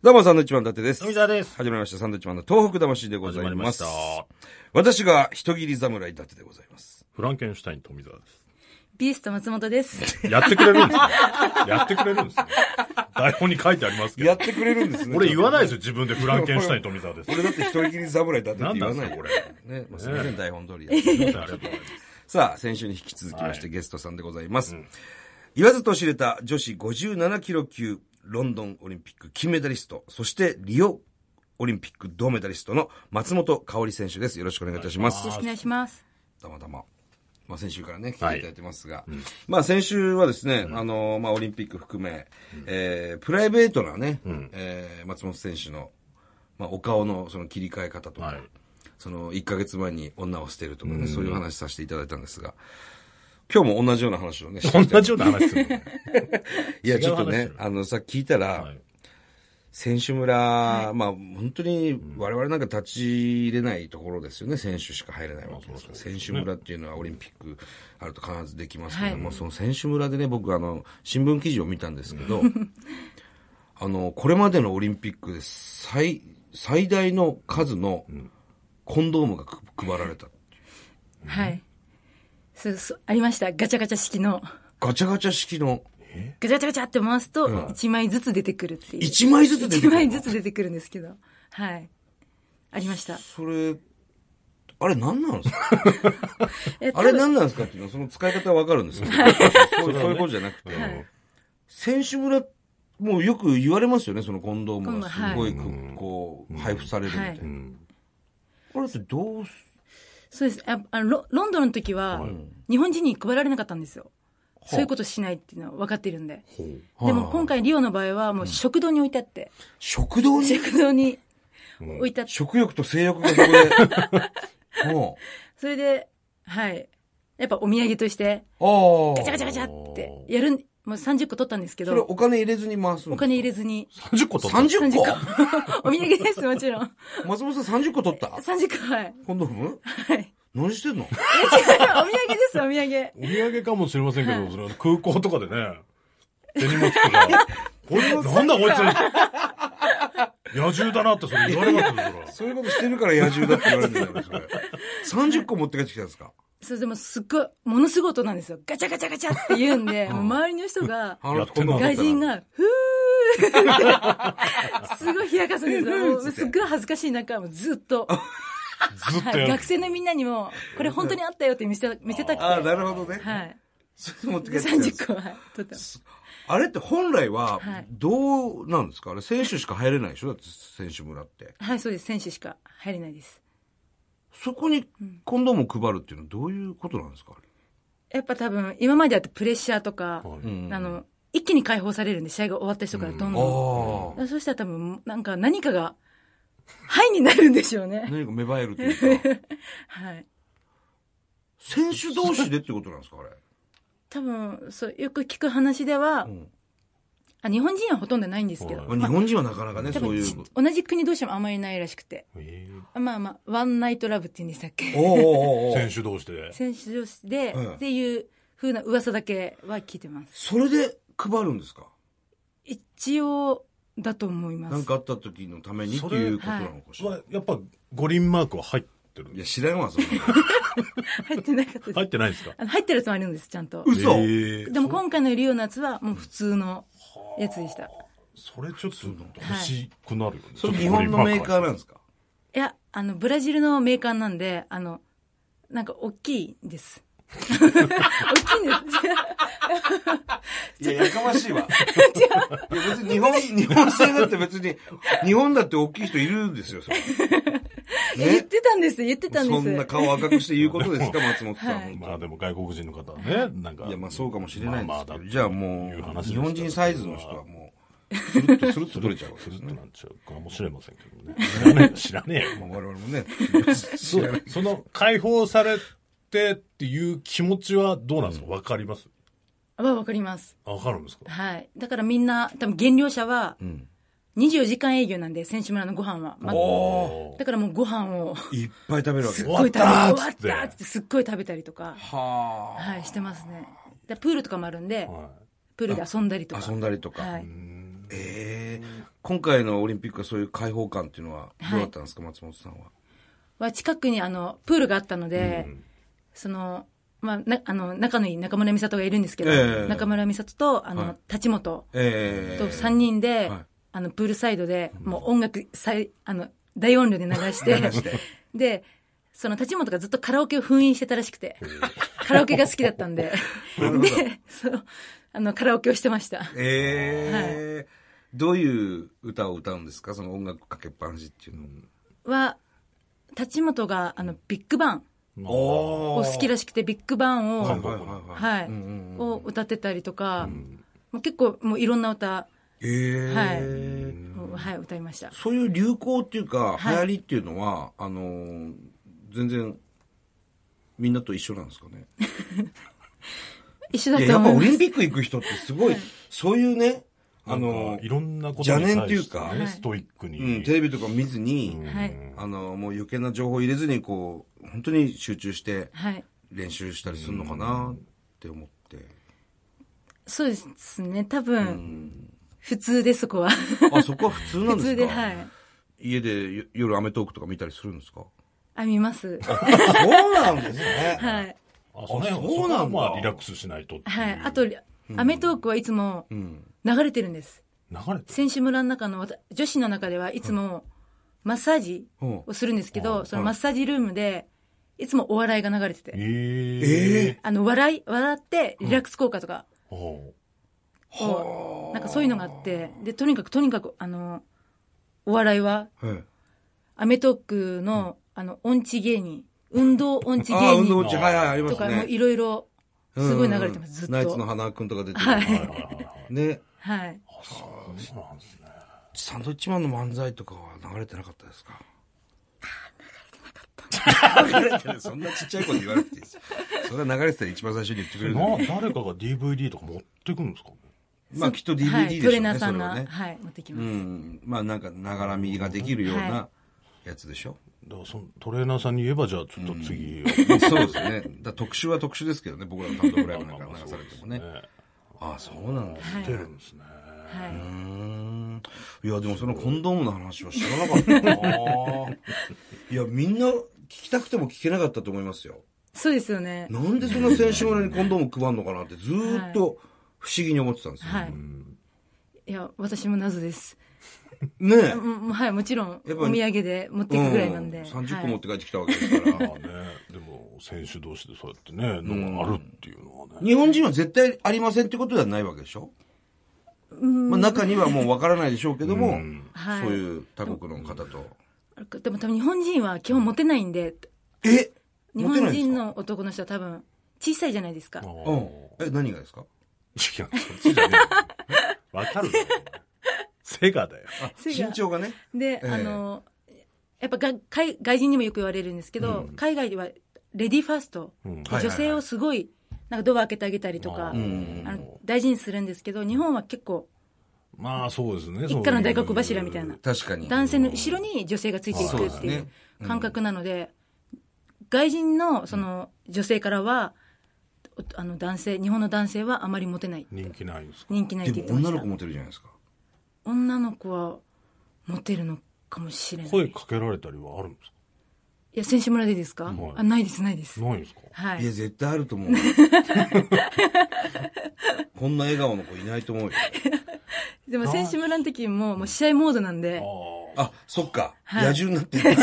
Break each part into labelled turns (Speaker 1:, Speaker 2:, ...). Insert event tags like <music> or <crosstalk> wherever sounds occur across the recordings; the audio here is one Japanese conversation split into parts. Speaker 1: どうも、サンドウィッチマン伊達です。
Speaker 2: 富澤です。
Speaker 1: 始まりました、サンドウィッチマンの東北魂でございます。
Speaker 2: 始まりました
Speaker 1: 私が、人斬り侍伊達でございます。
Speaker 2: フランケンシュタイン富澤です。
Speaker 3: ビースト松本です。
Speaker 2: やってくれるんです <laughs> ね。やってくれるんですね。台本に書いてありますけ
Speaker 1: やっ
Speaker 2: ど。
Speaker 1: てくれるんですね。。
Speaker 2: 俺言わないですすよ、自分でフランケンシュタイン富澤 <laughs> です。
Speaker 1: 俺だって人斬り侍伊達って
Speaker 2: なん
Speaker 1: 言
Speaker 2: なん
Speaker 1: わ
Speaker 2: で
Speaker 1: な
Speaker 2: す
Speaker 1: い
Speaker 2: か、これ。
Speaker 1: ね、まあ、すみません、台本通りや。
Speaker 2: あ <laughs> りがとうございます。
Speaker 1: さあ、先週に引き続きまして、
Speaker 2: はい
Speaker 1: ゲストさんでございます。言わずと知れた女子57キロ級、ロンドンオリンピック金メダリスト、そしてリオオリンピック銅メダリストの松本香織選手です。よろしくお願いいたします
Speaker 3: よろ。しくお願いします。
Speaker 1: たまたま。まあ、先週からね、来ていた
Speaker 2: は
Speaker 1: だ
Speaker 2: い
Speaker 1: いてますが、まあ、先週はですね、あの、まあ、オリンピック含め、えープライベートなね、えー松本選手の、まあ、お顔のその切り替え方とか、
Speaker 2: はい
Speaker 1: その、1ヶ月前に女を捨てるとかね、そういう話させていただいたんですが、今日も同じような話をね、していただ
Speaker 2: <laughs> 同
Speaker 1: いて
Speaker 2: じような話するのね。
Speaker 1: いや、ちょっと
Speaker 2: 違う話
Speaker 1: ね
Speaker 2: よ、
Speaker 1: あの、さ、聞いたら、
Speaker 2: はい
Speaker 1: 選手村、まあ、本当に我々なんか立ち入れないところですよね、選手しか入れないわけですから、選手村っていうのはオリンピックあると必ずできますけども、その選手村でね、僕、あの、新聞記事を見たんですけど、あの、これまでのオリンピックで最、最大の数のコンドームがく配られた。
Speaker 3: はい。そうそう、ありました。ガチャガチャ式の。
Speaker 1: ガチャガチャ式の
Speaker 3: ガチャガチャガチャって回すと、1枚ずつ出てくるっていう。
Speaker 1: 1枚ずつ出てくる
Speaker 3: 一枚ずつ出てくるんですけど。はい。ありました。
Speaker 1: それ、あれ何なんですか
Speaker 3: え、
Speaker 1: あ
Speaker 3: 多
Speaker 1: れ
Speaker 3: 分、
Speaker 1: 何なんですかっていうのは、その使い方はわかるんですけど、そうそういうことじゃなくて、
Speaker 3: はい
Speaker 1: 選手村、もうよく言われますよね、そのコンドームがすごい、
Speaker 3: コ
Speaker 1: くこう、配布されるみたいな。
Speaker 3: う
Speaker 1: これってどうす、
Speaker 3: そうです。ああのロロンドンの時は、日本人に配られなかったんですよ。そういうことしないっていうのは分かってるんで。でも今回リオの場合はもう食堂に置いてあって、
Speaker 1: 食堂に
Speaker 3: 食堂に置いてあって、
Speaker 1: 食欲と性欲がそこ
Speaker 3: <laughs>
Speaker 1: で。も
Speaker 3: それで、はい。やっぱお土産として、
Speaker 1: う、あ
Speaker 3: ガチャガチ
Speaker 1: あ。
Speaker 3: ャガチャってやるん、もう30個取ったんですけ
Speaker 1: それ
Speaker 3: ど、
Speaker 1: お金入れずに回すの
Speaker 3: お金入れずに。
Speaker 2: 30個取った。
Speaker 1: 30
Speaker 3: 30
Speaker 1: 個
Speaker 3: 個 <laughs> お土産です、もちろん。
Speaker 1: 松本さん30個取った
Speaker 3: 30個、はい。
Speaker 1: コンドーム
Speaker 3: はい。
Speaker 1: 何してんの
Speaker 3: お土産です、お土産。
Speaker 2: お土産かもしれませんけど、それは空港とかでね、手荷物 <laughs> とか。こいつ、なんだこいつ。野獣だなってそれ言われますよ、 <laughs> そ
Speaker 1: そういうことしてるから野獣だって言われるんだよ、それ。30個持って帰ってきたんですか
Speaker 3: そう、でもすっごい、ものすごい音なんですよ。ガチャガチャガチャって言うんで、もう周りの人が、
Speaker 1: あ
Speaker 2: や
Speaker 1: の
Speaker 2: って
Speaker 1: コ
Speaker 2: ん
Speaker 1: ンド
Speaker 2: な
Speaker 1: ーム
Speaker 3: 外人が、ふーすごい冷やかすんですよ。もうすっごい恥ずかしい中、もうずっと、
Speaker 2: れ。ずっ
Speaker 3: は
Speaker 2: とや
Speaker 3: い、
Speaker 2: る。
Speaker 3: 学生のみんなにも、これ本当にあったよって見せた見せたくて。
Speaker 1: ああ、なるほどね。
Speaker 3: はい。
Speaker 1: それ持って帰
Speaker 3: で、
Speaker 1: ってきたんです
Speaker 3: 30個、はい、取った。
Speaker 1: あれって本来は
Speaker 3: はい、
Speaker 1: どうなんですか、あれ選手しか入れないでしょだって選手村って。
Speaker 3: はい、そうです。選手しか入れないです。
Speaker 1: そこにコンドームを配るっていうのはどういうことなんですかあれ
Speaker 3: やっぱ多分、今までだとプレッシャーとか、
Speaker 2: はい
Speaker 3: あの、一気に解放されるんで、試合が終わった人からどんど
Speaker 1: あ
Speaker 3: ん。そうしたら多分、なんか何かが、はいになるんでしょう
Speaker 1: あ。
Speaker 3: ね。
Speaker 1: 何か芽生えるというか。
Speaker 3: <laughs> はい。
Speaker 1: 選手同士でってことなんですかあれ。
Speaker 3: 多分、そう、よく聞く話では、あ日本人はほとんどないんですけど、
Speaker 1: まあ日本人はなかなかね、
Speaker 3: 多
Speaker 1: そう
Speaker 3: 分
Speaker 1: い
Speaker 3: ち
Speaker 1: う。
Speaker 3: 同じ国同士もあんまりないらしくて。
Speaker 2: え
Speaker 3: まあまあ、ワンナイトラブって言うんでしたっ
Speaker 1: お
Speaker 3: け
Speaker 1: うおうお
Speaker 2: ー
Speaker 1: うおう
Speaker 2: <laughs> 選手同士で。
Speaker 3: 選手同士で、
Speaker 1: うん
Speaker 3: っていう風な噂だけは聞いてます。
Speaker 1: それで配るんですか
Speaker 3: 一応、だと思います。
Speaker 1: 何かあった時のためにっていうことなのかしら
Speaker 2: は。やっぱ五輪マークは入ってるん
Speaker 1: い
Speaker 2: で
Speaker 1: や、
Speaker 2: す
Speaker 1: 知らんわ、そんなの。
Speaker 2: <laughs>
Speaker 3: 入ってなかったです。
Speaker 2: 入ってないんですか
Speaker 3: あの入ってるやつもあるんです、ちゃんと。
Speaker 1: 嘘
Speaker 2: えー
Speaker 3: でも今回のリオのやつはもう普通のやつでした。
Speaker 2: それちょっと欲しくなるよね。
Speaker 1: それ日本のメーカーなん
Speaker 2: で
Speaker 1: ですか
Speaker 3: いや、あの、ブラジルのメーカーなんで、あの、なんか大きいんです。大きいんです。
Speaker 1: いや、やかまし
Speaker 3: <laughs>
Speaker 1: いわ。いや、別に日本、日本製だって別に、日本だって大きい人いるんです
Speaker 3: <laughs>
Speaker 1: よ、それ。
Speaker 3: 言っ
Speaker 1: ね。
Speaker 3: てたんです、言ってたんです。
Speaker 1: そんな顔赤くして言うこと
Speaker 3: <laughs>
Speaker 1: ですか、松本さん。
Speaker 3: は
Speaker 1: 本当
Speaker 2: まあでも外国人の方はね、なんか。
Speaker 1: いや、まあそうかもしれないんですけ
Speaker 2: まあ
Speaker 1: ど、
Speaker 2: まあ
Speaker 1: じゃあも
Speaker 2: いう
Speaker 1: う、
Speaker 2: 話
Speaker 1: 日本人サイズの人はも
Speaker 2: スルッと、スルッと
Speaker 1: 取れちゃうわけ
Speaker 2: ス <laughs>
Speaker 1: で
Speaker 2: ル
Speaker 1: す
Speaker 2: ッ
Speaker 1: ね
Speaker 2: となっちゃうかもしれませんけどね。
Speaker 1: <laughs>
Speaker 2: 知らねえよ知らねえ
Speaker 1: う、
Speaker 2: よ。
Speaker 1: まあ我々もね、知
Speaker 2: そ、
Speaker 1: らないう
Speaker 2: その解放されてっていう気持ちはどうなんですかわかります
Speaker 3: はわかります。
Speaker 2: あわかるんですか
Speaker 3: はい。だからみんな、多分減量者は
Speaker 1: ん、
Speaker 3: 24時間営業なんで、選手村のご飯は。ま
Speaker 1: お
Speaker 3: だからもうご飯を、
Speaker 1: いっぱい食べるわけ
Speaker 3: すっ
Speaker 1: です。
Speaker 3: ごい食べ
Speaker 2: 終
Speaker 3: 終
Speaker 2: わ
Speaker 3: わ
Speaker 2: っ
Speaker 3: った
Speaker 2: ーっつって
Speaker 3: たーっつってすっごい食べたりとか、
Speaker 1: は
Speaker 3: はい、してますね。でプールとかもあるんで、
Speaker 2: は
Speaker 3: プールで遊んだりとか。
Speaker 1: あ。遊んだりとか。
Speaker 3: はい。
Speaker 1: ええ今回のオリンピックはそういう開放感っていうのはどうだったんですか、松本さんは。
Speaker 3: は近くにあの、プールがあったので、その、まあ、な、あの、仲のいい中村美里がいるんですけど、
Speaker 1: ええ
Speaker 3: 中村美里と、あの、
Speaker 1: はい
Speaker 3: 立本
Speaker 1: ええ
Speaker 3: と3人で、
Speaker 1: はい
Speaker 3: あの、プールサイドで、もう音楽、さいあの、大音量で流して、 <laughs> で、その立本がずっとカラオケを封印してたらしくて、カラオケが好きだったんで、で、その、あの、カラオケをしてました。
Speaker 1: ええどういう歌を歌うんですかその音楽かけっぱなしっていうの。
Speaker 3: は、立本が、あの、ビッグバン
Speaker 1: お
Speaker 3: を好きらしくて、ビッグバンを、
Speaker 1: はい
Speaker 2: 韓国
Speaker 1: はいはいはい
Speaker 3: はい、を歌ってたりとか、もう結構もういろんな歌
Speaker 1: ええ
Speaker 3: を、はい、歌いました。
Speaker 1: そういう流行っていうか、流
Speaker 3: はい
Speaker 1: 行りっていうのは、あのー全然、みんなと一緒なんですかね。
Speaker 3: 一緒だ
Speaker 1: いや、や
Speaker 3: と
Speaker 1: っぱ
Speaker 3: 思
Speaker 1: オ
Speaker 3: い
Speaker 1: リ
Speaker 3: ま
Speaker 1: ン
Speaker 3: す。
Speaker 1: ピック行く人ってすごい、そういうね、あ
Speaker 2: あの
Speaker 1: の
Speaker 2: い
Speaker 1: ー
Speaker 2: ろんなことに対
Speaker 1: 邪念っていう
Speaker 2: して
Speaker 1: か
Speaker 3: は
Speaker 2: ね
Speaker 3: い
Speaker 2: ストイックに、
Speaker 1: うん、テレビとか見ずに、
Speaker 3: はい。
Speaker 1: あのーもう余計な情報入れずに、こう、本当に集中して
Speaker 3: はい。
Speaker 1: 練習したりするのかなって思って。
Speaker 3: そうですね。多分、普通でそこは。
Speaker 1: あ、そこは普通なん
Speaker 3: 普
Speaker 1: ですか
Speaker 3: 通で、はい。
Speaker 1: 家でよ夜アメトーークとか見たりするんですか
Speaker 3: あ、見ます。
Speaker 1: そうなんですね。
Speaker 3: はい。
Speaker 2: あそ
Speaker 1: あそう
Speaker 2: の辺は
Speaker 1: なんだ
Speaker 2: そこはまあリラックスしないとっていう
Speaker 3: はい。あと、アメトーークはいつも流れてるんです。
Speaker 2: 流れて
Speaker 3: 選手村の中のわた女子の中ではいつもマッサージをするんですけど、そのマッサージルームでいつもお笑いが流れてて、
Speaker 2: ええ
Speaker 3: あの、笑い、笑ってリラックス効果とか
Speaker 2: ーお
Speaker 3: を、なんかそういうのがあって、で、とにかくとにかく、あの、お笑いは、
Speaker 1: はい
Speaker 3: アメトーークの、あの、音痴芸人、運動音痴
Speaker 1: あ、
Speaker 3: 芸
Speaker 1: 運動音
Speaker 3: 人
Speaker 1: 痴、はいはい、ありま
Speaker 3: と
Speaker 1: す
Speaker 3: か、もう
Speaker 1: ね。
Speaker 3: いろいろ、すごい流れてます、ずっ
Speaker 1: ナイツの
Speaker 3: と。
Speaker 1: 花くんとか出てる。
Speaker 2: ーはいはいはいはい
Speaker 1: ね。
Speaker 3: はい。
Speaker 2: あそうなんですね
Speaker 1: サンドイッチマンの漫才とかは流れてなかったですか流れてなかった。そんなちっちゃい子で言わなくていいです。それは流れてたら一番最初に言ってくれるの
Speaker 2: な
Speaker 1: に。
Speaker 2: 誰かが DVD とか持ってくんですかね
Speaker 1: まあきっと DVD
Speaker 3: は
Speaker 1: でし
Speaker 3: い、
Speaker 1: ょ
Speaker 3: ト
Speaker 1: う
Speaker 3: レ
Speaker 1: ね、
Speaker 3: ーナー
Speaker 1: そ
Speaker 3: さ
Speaker 1: れ
Speaker 3: ん
Speaker 1: は
Speaker 3: が、
Speaker 1: ね。
Speaker 3: はい、持ってき
Speaker 1: う
Speaker 3: ます。
Speaker 1: ん。まあなんか、ながら見ができるようなやつでしょ。
Speaker 2: だからそのトレーナーさんに言えばじゃあちょっと次、 <laughs>
Speaker 1: そうですね。だから特集は特集ですけどね、僕らの単独ライブなんか流されてもね。ああ、そうなんですね。
Speaker 2: 出るんですね
Speaker 3: は
Speaker 1: う
Speaker 3: い。
Speaker 1: ーんいや、でもそのコンドームの話は知らなかったないや、みんな聞きたくても聞けなかったと思いますよ。
Speaker 3: そうですよね。
Speaker 1: なんでそんな選手村にコンドーム配るのかなってずーっと不思議に思ってたんですよ。
Speaker 3: はい。いや、私も謎です。
Speaker 1: ねえ。
Speaker 3: うんはい、もちろん、
Speaker 1: やっ
Speaker 3: お
Speaker 1: ぱ
Speaker 3: 土産で持っていくぐらいなんで。
Speaker 1: う30個
Speaker 3: はい
Speaker 1: 持って帰ってきたわけですから。
Speaker 2: まあねでも選手同士でそうやってねのがあるっていうのはね、
Speaker 1: 日本人は絶対ありませんってことではないわけでしょまあ中にはもうわからないでしょうけども、
Speaker 3: はい
Speaker 1: そういう他国の方と。
Speaker 3: でも多分日本人は基本持てないんで、
Speaker 1: え
Speaker 3: 日
Speaker 1: モテない
Speaker 3: 本
Speaker 1: んです
Speaker 3: 人
Speaker 1: か
Speaker 3: の男の人は多分小さいじゃないですか
Speaker 1: う
Speaker 2: あ。ー
Speaker 1: ん。え、何がですか
Speaker 2: 違う、そっちじゃねえよわかるだろセガだよ。
Speaker 3: 背が
Speaker 1: 身長がね。
Speaker 3: で、
Speaker 1: ええ
Speaker 3: あの、やっぱが海外人にもよく言われるんですけど、海外ではレディーファースト、
Speaker 2: ん
Speaker 1: はいはいはい
Speaker 3: 女性をすごい、なんかドア開けてあげたりとか、あ
Speaker 2: うん
Speaker 3: の大事にするんですけど、日本は結構、
Speaker 2: まあそうですね。
Speaker 3: 一家の大黒柱みたいな。
Speaker 1: 確かに。
Speaker 3: 男性の後ろに女性がついていくっていう感覚なので、外人のその女性からは、あの男性、日本の男性はあまりモテない。
Speaker 2: 人気ないんですか
Speaker 3: 人気ないっ
Speaker 1: で
Speaker 3: て言って
Speaker 1: も女
Speaker 3: まし
Speaker 1: の
Speaker 3: た
Speaker 1: 子。モテるじゃないですか。
Speaker 3: 女の子はモテるのかもしれない。
Speaker 2: 声かけられたりはあるんです
Speaker 3: いや、選手村でですか、
Speaker 2: はい
Speaker 3: あ、ないです、ないです
Speaker 2: か。ないんですか
Speaker 3: はい
Speaker 1: や、
Speaker 3: い。
Speaker 1: 絶対あると <laughs> 思う。こんな笑顔の子いないと思うよ。
Speaker 3: でも選手村の時も、もう試合モードなんで
Speaker 2: あ、
Speaker 1: あ、そっか。
Speaker 3: い
Speaker 1: 野獣になって <laughs> る。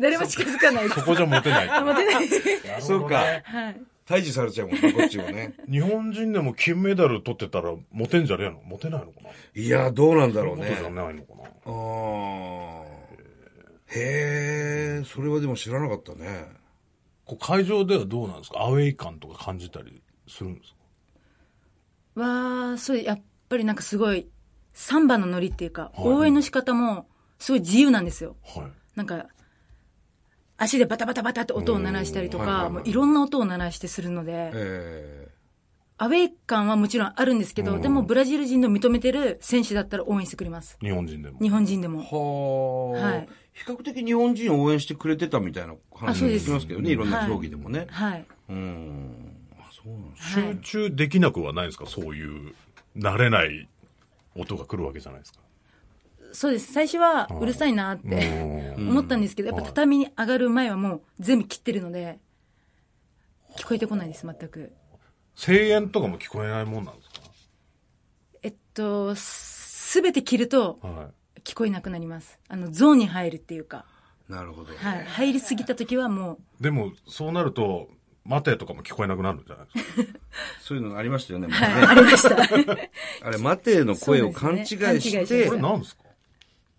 Speaker 3: 誰も近づかないです
Speaker 2: あ。。そこじゃモ <laughs> テない。
Speaker 3: <laughs> モテない。
Speaker 1: そうか。
Speaker 3: はい。
Speaker 1: 退治されちゃうもんね、こっちもね。
Speaker 2: 日本人でも金メダル取ってたらモテんじゃねえのモテないのかない
Speaker 1: や、どうなんだろう
Speaker 2: モ
Speaker 1: ね
Speaker 2: テじ。ゃないのかな
Speaker 1: あーへえ、それはでも知らなかったね。
Speaker 2: こう会場ではどうなんですかアウェイ感とか感じたりするんですか
Speaker 3: わあ、そう、やっぱりなんかすごい、サンバのノリっていうか、応援の仕方も、すごい自由なんですよ。
Speaker 2: はい。
Speaker 3: なんか、足でバタバタバタって音を鳴らしたりと
Speaker 1: うんはいはいは
Speaker 3: か、
Speaker 1: い
Speaker 3: もういろんな音を鳴らしてするので、
Speaker 1: え
Speaker 3: アウェイ感はもちろんあるんですけど、でもブラジル人の認めてる選手だったら応援してくれます。
Speaker 2: 日本人でも。
Speaker 3: 日本人でも。
Speaker 1: ー。はー
Speaker 3: はい
Speaker 1: 比較的日本人を応援してくれてたみたいな
Speaker 3: あ
Speaker 1: 話
Speaker 3: そう
Speaker 1: も
Speaker 3: で
Speaker 1: 聞
Speaker 3: す
Speaker 1: きますけどね、いろんな競技でもね。
Speaker 3: はい。
Speaker 1: うん。あ、そうなんですね
Speaker 3: はい
Speaker 2: 集中できなくはないんですかそういう、慣れない音が来るわけじゃないですか。
Speaker 3: そうです。最初はうるさいなっ
Speaker 2: も
Speaker 3: て
Speaker 2: う
Speaker 3: 思ったんですけど、やっぱ
Speaker 2: はい
Speaker 3: 畳に上がる前はもう全部切ってるので、聞こえてこないです、全く。
Speaker 2: 声援とかも聞こえないもんなんです
Speaker 3: えっと、すべて切ると
Speaker 2: かはい。
Speaker 3: 聞こえなくなります。あの、ゾーンに入るっていうか、
Speaker 1: なるほど。
Speaker 3: はい。入りすぎた時はも
Speaker 2: でも、そうなると、待てとかも聞こえなくなるんじゃないですか。
Speaker 1: そういうのありましたよね。
Speaker 3: う、はい、
Speaker 1: も
Speaker 3: あ
Speaker 1: うね
Speaker 3: りました。 <laughs>
Speaker 1: あれ、待ての声を勘違い
Speaker 3: そう
Speaker 1: し
Speaker 3: です
Speaker 1: て、
Speaker 3: ね
Speaker 2: これ
Speaker 3: 勘違いし
Speaker 2: なんですか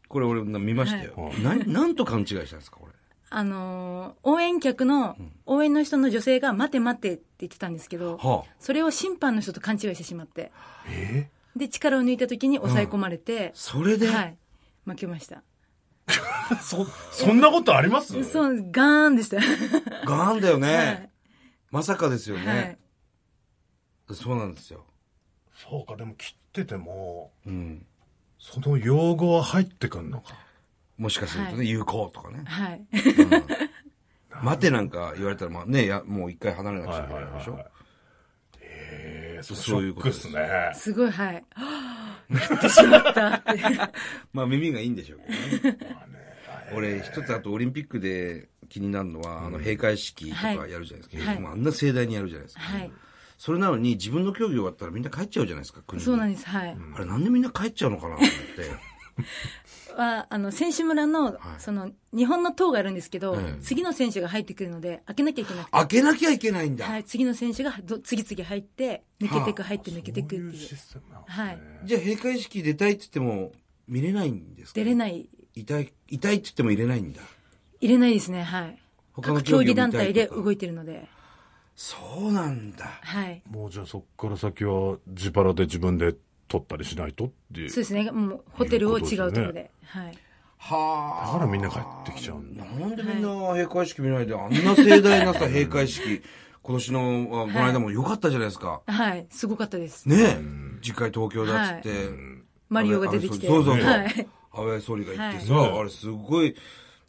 Speaker 1: これ俺見ましたよ。
Speaker 2: はい
Speaker 1: な、なんと勘違いしたんですか、これ。
Speaker 3: あのー応援客の、応援の人の女性が、待て待てって言ってたんですけど、
Speaker 1: はあ
Speaker 3: それを審判の人と勘違いしてしまって、
Speaker 2: え
Speaker 3: で、力を抜いた時に抑え込まれて、
Speaker 1: それで、
Speaker 3: はい、負けました。
Speaker 2: そ、そんなことあります
Speaker 3: そう、ガーンでした。
Speaker 1: ガーンだよね。
Speaker 3: はい
Speaker 1: まさかですよ
Speaker 3: は
Speaker 1: ね
Speaker 3: い。。
Speaker 1: そうなんですよ。
Speaker 2: そうか、でも切ってても、
Speaker 1: うん。
Speaker 2: その用語は入ってくんのか。
Speaker 1: もしかするとね、
Speaker 3: は
Speaker 1: 有効とかね。
Speaker 3: はい。
Speaker 1: 待てなんか言われたら、まあね、や、もう一回離れなくちゃいけないでしょ。
Speaker 2: ええ、そ
Speaker 1: そういうことです
Speaker 2: ショックっす
Speaker 3: すごい、はい。やってしまったって。
Speaker 1: まあ耳がいいんでしょうけどね。 <laughs>
Speaker 2: ね。まあねあれ
Speaker 1: 俺、一つあとオリンピックで気になるのは、あの、閉会式とかやるじゃないですか。
Speaker 3: はいはい
Speaker 1: もうあんな盛大にやるじゃないですか。
Speaker 3: はい。
Speaker 1: それなのに、自分の競技終わったらみんな帰っちゃうじゃないですか、国に
Speaker 3: そうなんです、はい。
Speaker 1: あれ、なんでみんな帰っちゃうのかなと思
Speaker 3: <laughs>
Speaker 1: って。
Speaker 3: は、あの、選手村の、
Speaker 1: はい
Speaker 3: その、日本の塔があるんですけど、
Speaker 1: ええ
Speaker 3: 次の選手が入ってくるので、開けなきゃいけなくて。
Speaker 1: 開けなきゃいけないんだ。
Speaker 3: はい、次の選手がど次々入って、抜けてく、入って抜けてくって
Speaker 2: そう
Speaker 3: いう
Speaker 2: いうシステムなんですね
Speaker 3: はい
Speaker 1: じゃあ、閉会式出たいって言っても、見れないんですか
Speaker 3: 出れない、
Speaker 1: 痛い、痛いって言っても入れないんだ。
Speaker 3: 入れないですね、はい。
Speaker 1: 他の
Speaker 3: 各
Speaker 1: 競技を
Speaker 3: 競技
Speaker 1: 見たい
Speaker 3: 団
Speaker 1: とか
Speaker 3: 体で動いてるので、
Speaker 1: そうなんだ。
Speaker 3: はい。
Speaker 2: もうじゃあそっから先は自腹で自分で取ったりしないとっていう
Speaker 3: そうですね、もうホテルを違うところで、はい。
Speaker 1: はあ。
Speaker 2: だからみんな帰ってきちゃうんだ。
Speaker 1: なんでみんな閉会式見ないで、あんな盛大
Speaker 2: <laughs>
Speaker 1: なさ、閉会式、今年の、あこの間も良かったじゃないですか。
Speaker 3: はい、すごかったです。
Speaker 1: ねえ、次回東京だっつって、
Speaker 3: マリオが出てきて。
Speaker 1: そうそうそう。
Speaker 3: はい。
Speaker 1: 安倍総理が行ってさ、
Speaker 2: はい
Speaker 1: あれすごい、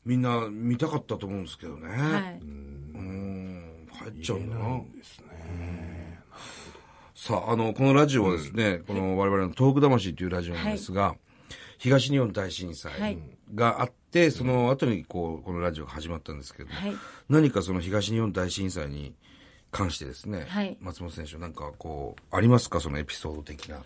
Speaker 1: みんな見たかったと思うんですけどね。
Speaker 3: はい。
Speaker 1: うん、入っちゃうんだ
Speaker 2: な。
Speaker 1: なん
Speaker 2: ですね。
Speaker 1: さあ、あの、このラジオはですね、この我々のトーク魂というラジオなんですが、東日本大震
Speaker 3: はい
Speaker 1: 災があって、その後にこう、このラジオが始まったんですけれども、
Speaker 3: はい
Speaker 1: 何かその東日本大震災に関してですね、
Speaker 3: はい
Speaker 1: 松本選手なんかこう、ありますかそのエピソード的な。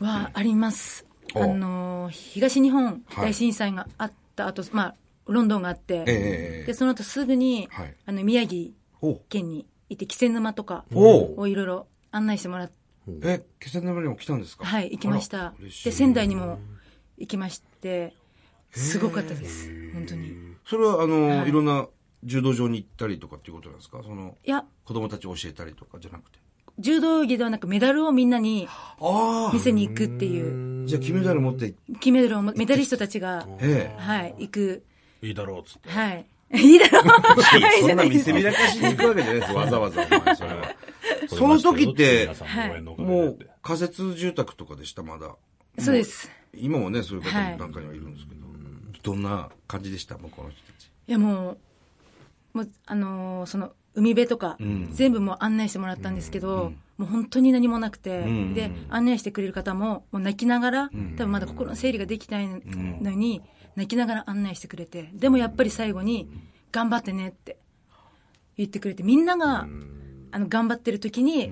Speaker 3: は、あります。
Speaker 1: お
Speaker 3: あの、東日本
Speaker 1: はい
Speaker 3: 大震災があった後、まあ、ロンドンがあって、
Speaker 1: ええ
Speaker 3: で、その後すぐに、
Speaker 1: はい
Speaker 3: あの、宮城
Speaker 1: お
Speaker 3: 県に行って、気仙沼とか
Speaker 1: お
Speaker 3: をいろいろ案内してもらって、
Speaker 1: え、気仙沼にも来たんですか
Speaker 3: はい、行きました。で、
Speaker 1: 仙
Speaker 3: 仙
Speaker 1: 台。
Speaker 3: 台にも行きまして、すごかったです。本当に。い
Speaker 1: それは、あの、
Speaker 3: はい
Speaker 1: いろんな柔道場に行ったりとかっていうことなんですかその、
Speaker 3: や、
Speaker 1: 子供たちを教えたりとかじゃなくて。
Speaker 3: 柔道着ではなくメダルをみんなに
Speaker 1: あ
Speaker 3: 見せに行くっていう、
Speaker 1: あ。じゃあ、金メダル持って行って
Speaker 3: 金メダルをも、メダリストたちが、
Speaker 1: え
Speaker 3: はい、行く、
Speaker 2: いいだろうっつって。
Speaker 3: はい。 <laughs> いいだ
Speaker 1: <laughs>
Speaker 3: ろう
Speaker 1: え。そんな見せびらかしに行くわけじゃない
Speaker 3: <laughs>
Speaker 1: です。わざわざ、お前、それは。 <laughs> その時って
Speaker 2: 皆さんの応援のおかげで
Speaker 1: もう、仮設住宅とかでした、まだ。
Speaker 3: そうです。
Speaker 1: 今もね、そういう
Speaker 3: は
Speaker 1: 方
Speaker 3: い
Speaker 1: なんかにはいるんですけど。どんな感じでした、向こうの人たち。
Speaker 3: いやもう、もう、あのーその、海辺とか、全部もう案内してもらったんですけど、もう本当に何もなくて、
Speaker 1: ん
Speaker 3: で、案内してくれる方も、もう泣きながら、多分まだ心の整理ができてないのに、泣きながら案内してくれて、でもやっぱり最後に、頑張ってねって言ってくれて、みんなが、あの、頑張ってる時に、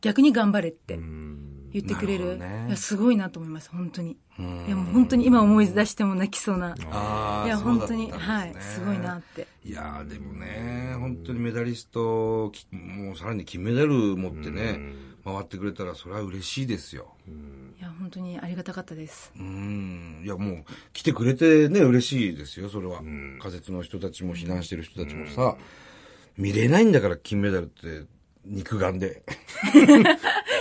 Speaker 3: 逆に頑張れって言ってくれる。
Speaker 1: なるほどね
Speaker 3: いや、すごいなと思います、本当に。いや、もう本当に今思い出しても泣きそうな。
Speaker 1: ああ、
Speaker 3: いや、
Speaker 1: そう
Speaker 3: 本
Speaker 1: だった
Speaker 3: 当
Speaker 1: ん
Speaker 3: に、
Speaker 1: ですね
Speaker 3: はい、すごいなって。
Speaker 1: いやーでもね、本当にメダリスト、きもうさらに金メダル持ってね、回ってくれたらそれは嬉しいですよ。
Speaker 3: いや、本当にありがたかったです。
Speaker 1: うん。いやもう来てくれてね、嬉しいですよ、それは。仮設の人たちも避難してる人たちもさ、見れないんだから金メダルって肉眼で。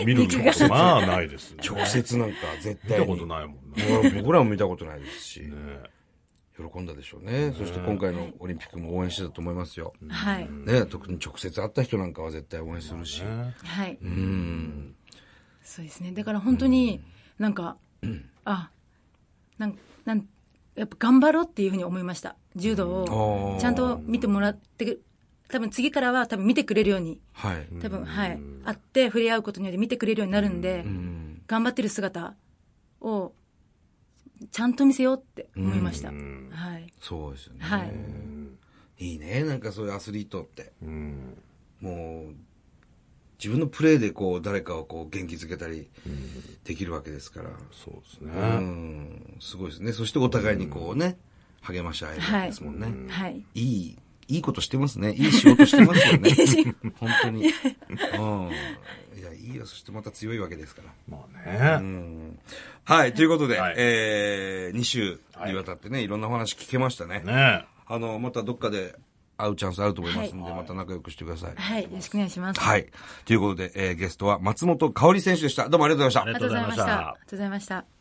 Speaker 2: 見るのもまあないですね。
Speaker 1: 直接なんか絶
Speaker 2: 見
Speaker 1: 対
Speaker 2: た
Speaker 1: に。
Speaker 2: ことないもんね。
Speaker 1: 僕ら僕らも見たことないですし、
Speaker 2: ね
Speaker 1: 喜んだでしょうね。そして今回のオリンピックも応援してたと思いますよ。
Speaker 3: はい。
Speaker 1: ね、特に直接会った人なんかは絶対応援するし。
Speaker 3: はい。
Speaker 1: うん。
Speaker 3: そうですね。だから本当に、なんか、あ、なん、なん、やっぱ頑張ろうっていうふうに思いました。柔道
Speaker 1: あ
Speaker 3: を
Speaker 1: ー、
Speaker 3: ちゃんと見てもらって、多分次からは多分見てくれるように、
Speaker 1: はい。
Speaker 3: 多分、はい。会って触れ合うことによって見てくれるようになるんで、頑張ってる姿をちゃんと見せようって思いました。
Speaker 2: うん
Speaker 3: はい。
Speaker 1: そうですよね。
Speaker 3: はい
Speaker 1: い、いね。なんかそういうアスリートって。
Speaker 2: うん
Speaker 1: もう、自分のプレーでこう、誰かをこう、元気づけたりできるわけですから。
Speaker 2: そうです
Speaker 1: う
Speaker 2: ね。
Speaker 1: ん。すごいですね。そしてお互いにこうね、励まし合えるわけですもんね。
Speaker 3: はい。
Speaker 1: いい、いいことしてますね。 <laughs> いい仕事してますよね。本当に。うん。いや、いいよ。そしてまた強いわけですから。
Speaker 2: まあね。
Speaker 1: はい、ということで、
Speaker 2: はい
Speaker 1: えー、2週にわたってね、いろんなお話聞けましたね。
Speaker 2: ね
Speaker 1: あの、またどっかで会うチャンスあると思いますんで、
Speaker 3: は
Speaker 1: また仲良くしてください。
Speaker 3: はい。よろしくお願いします。
Speaker 1: は
Speaker 3: あ
Speaker 1: い。ということで、えーゲストは松本香織選手でした。どうもありがとうございました
Speaker 2: ありがと
Speaker 3: りがと
Speaker 2: う
Speaker 3: う
Speaker 2: ござ
Speaker 3: ござ
Speaker 2: いま
Speaker 3: いま
Speaker 2: し
Speaker 3: したた。ありがとうございました。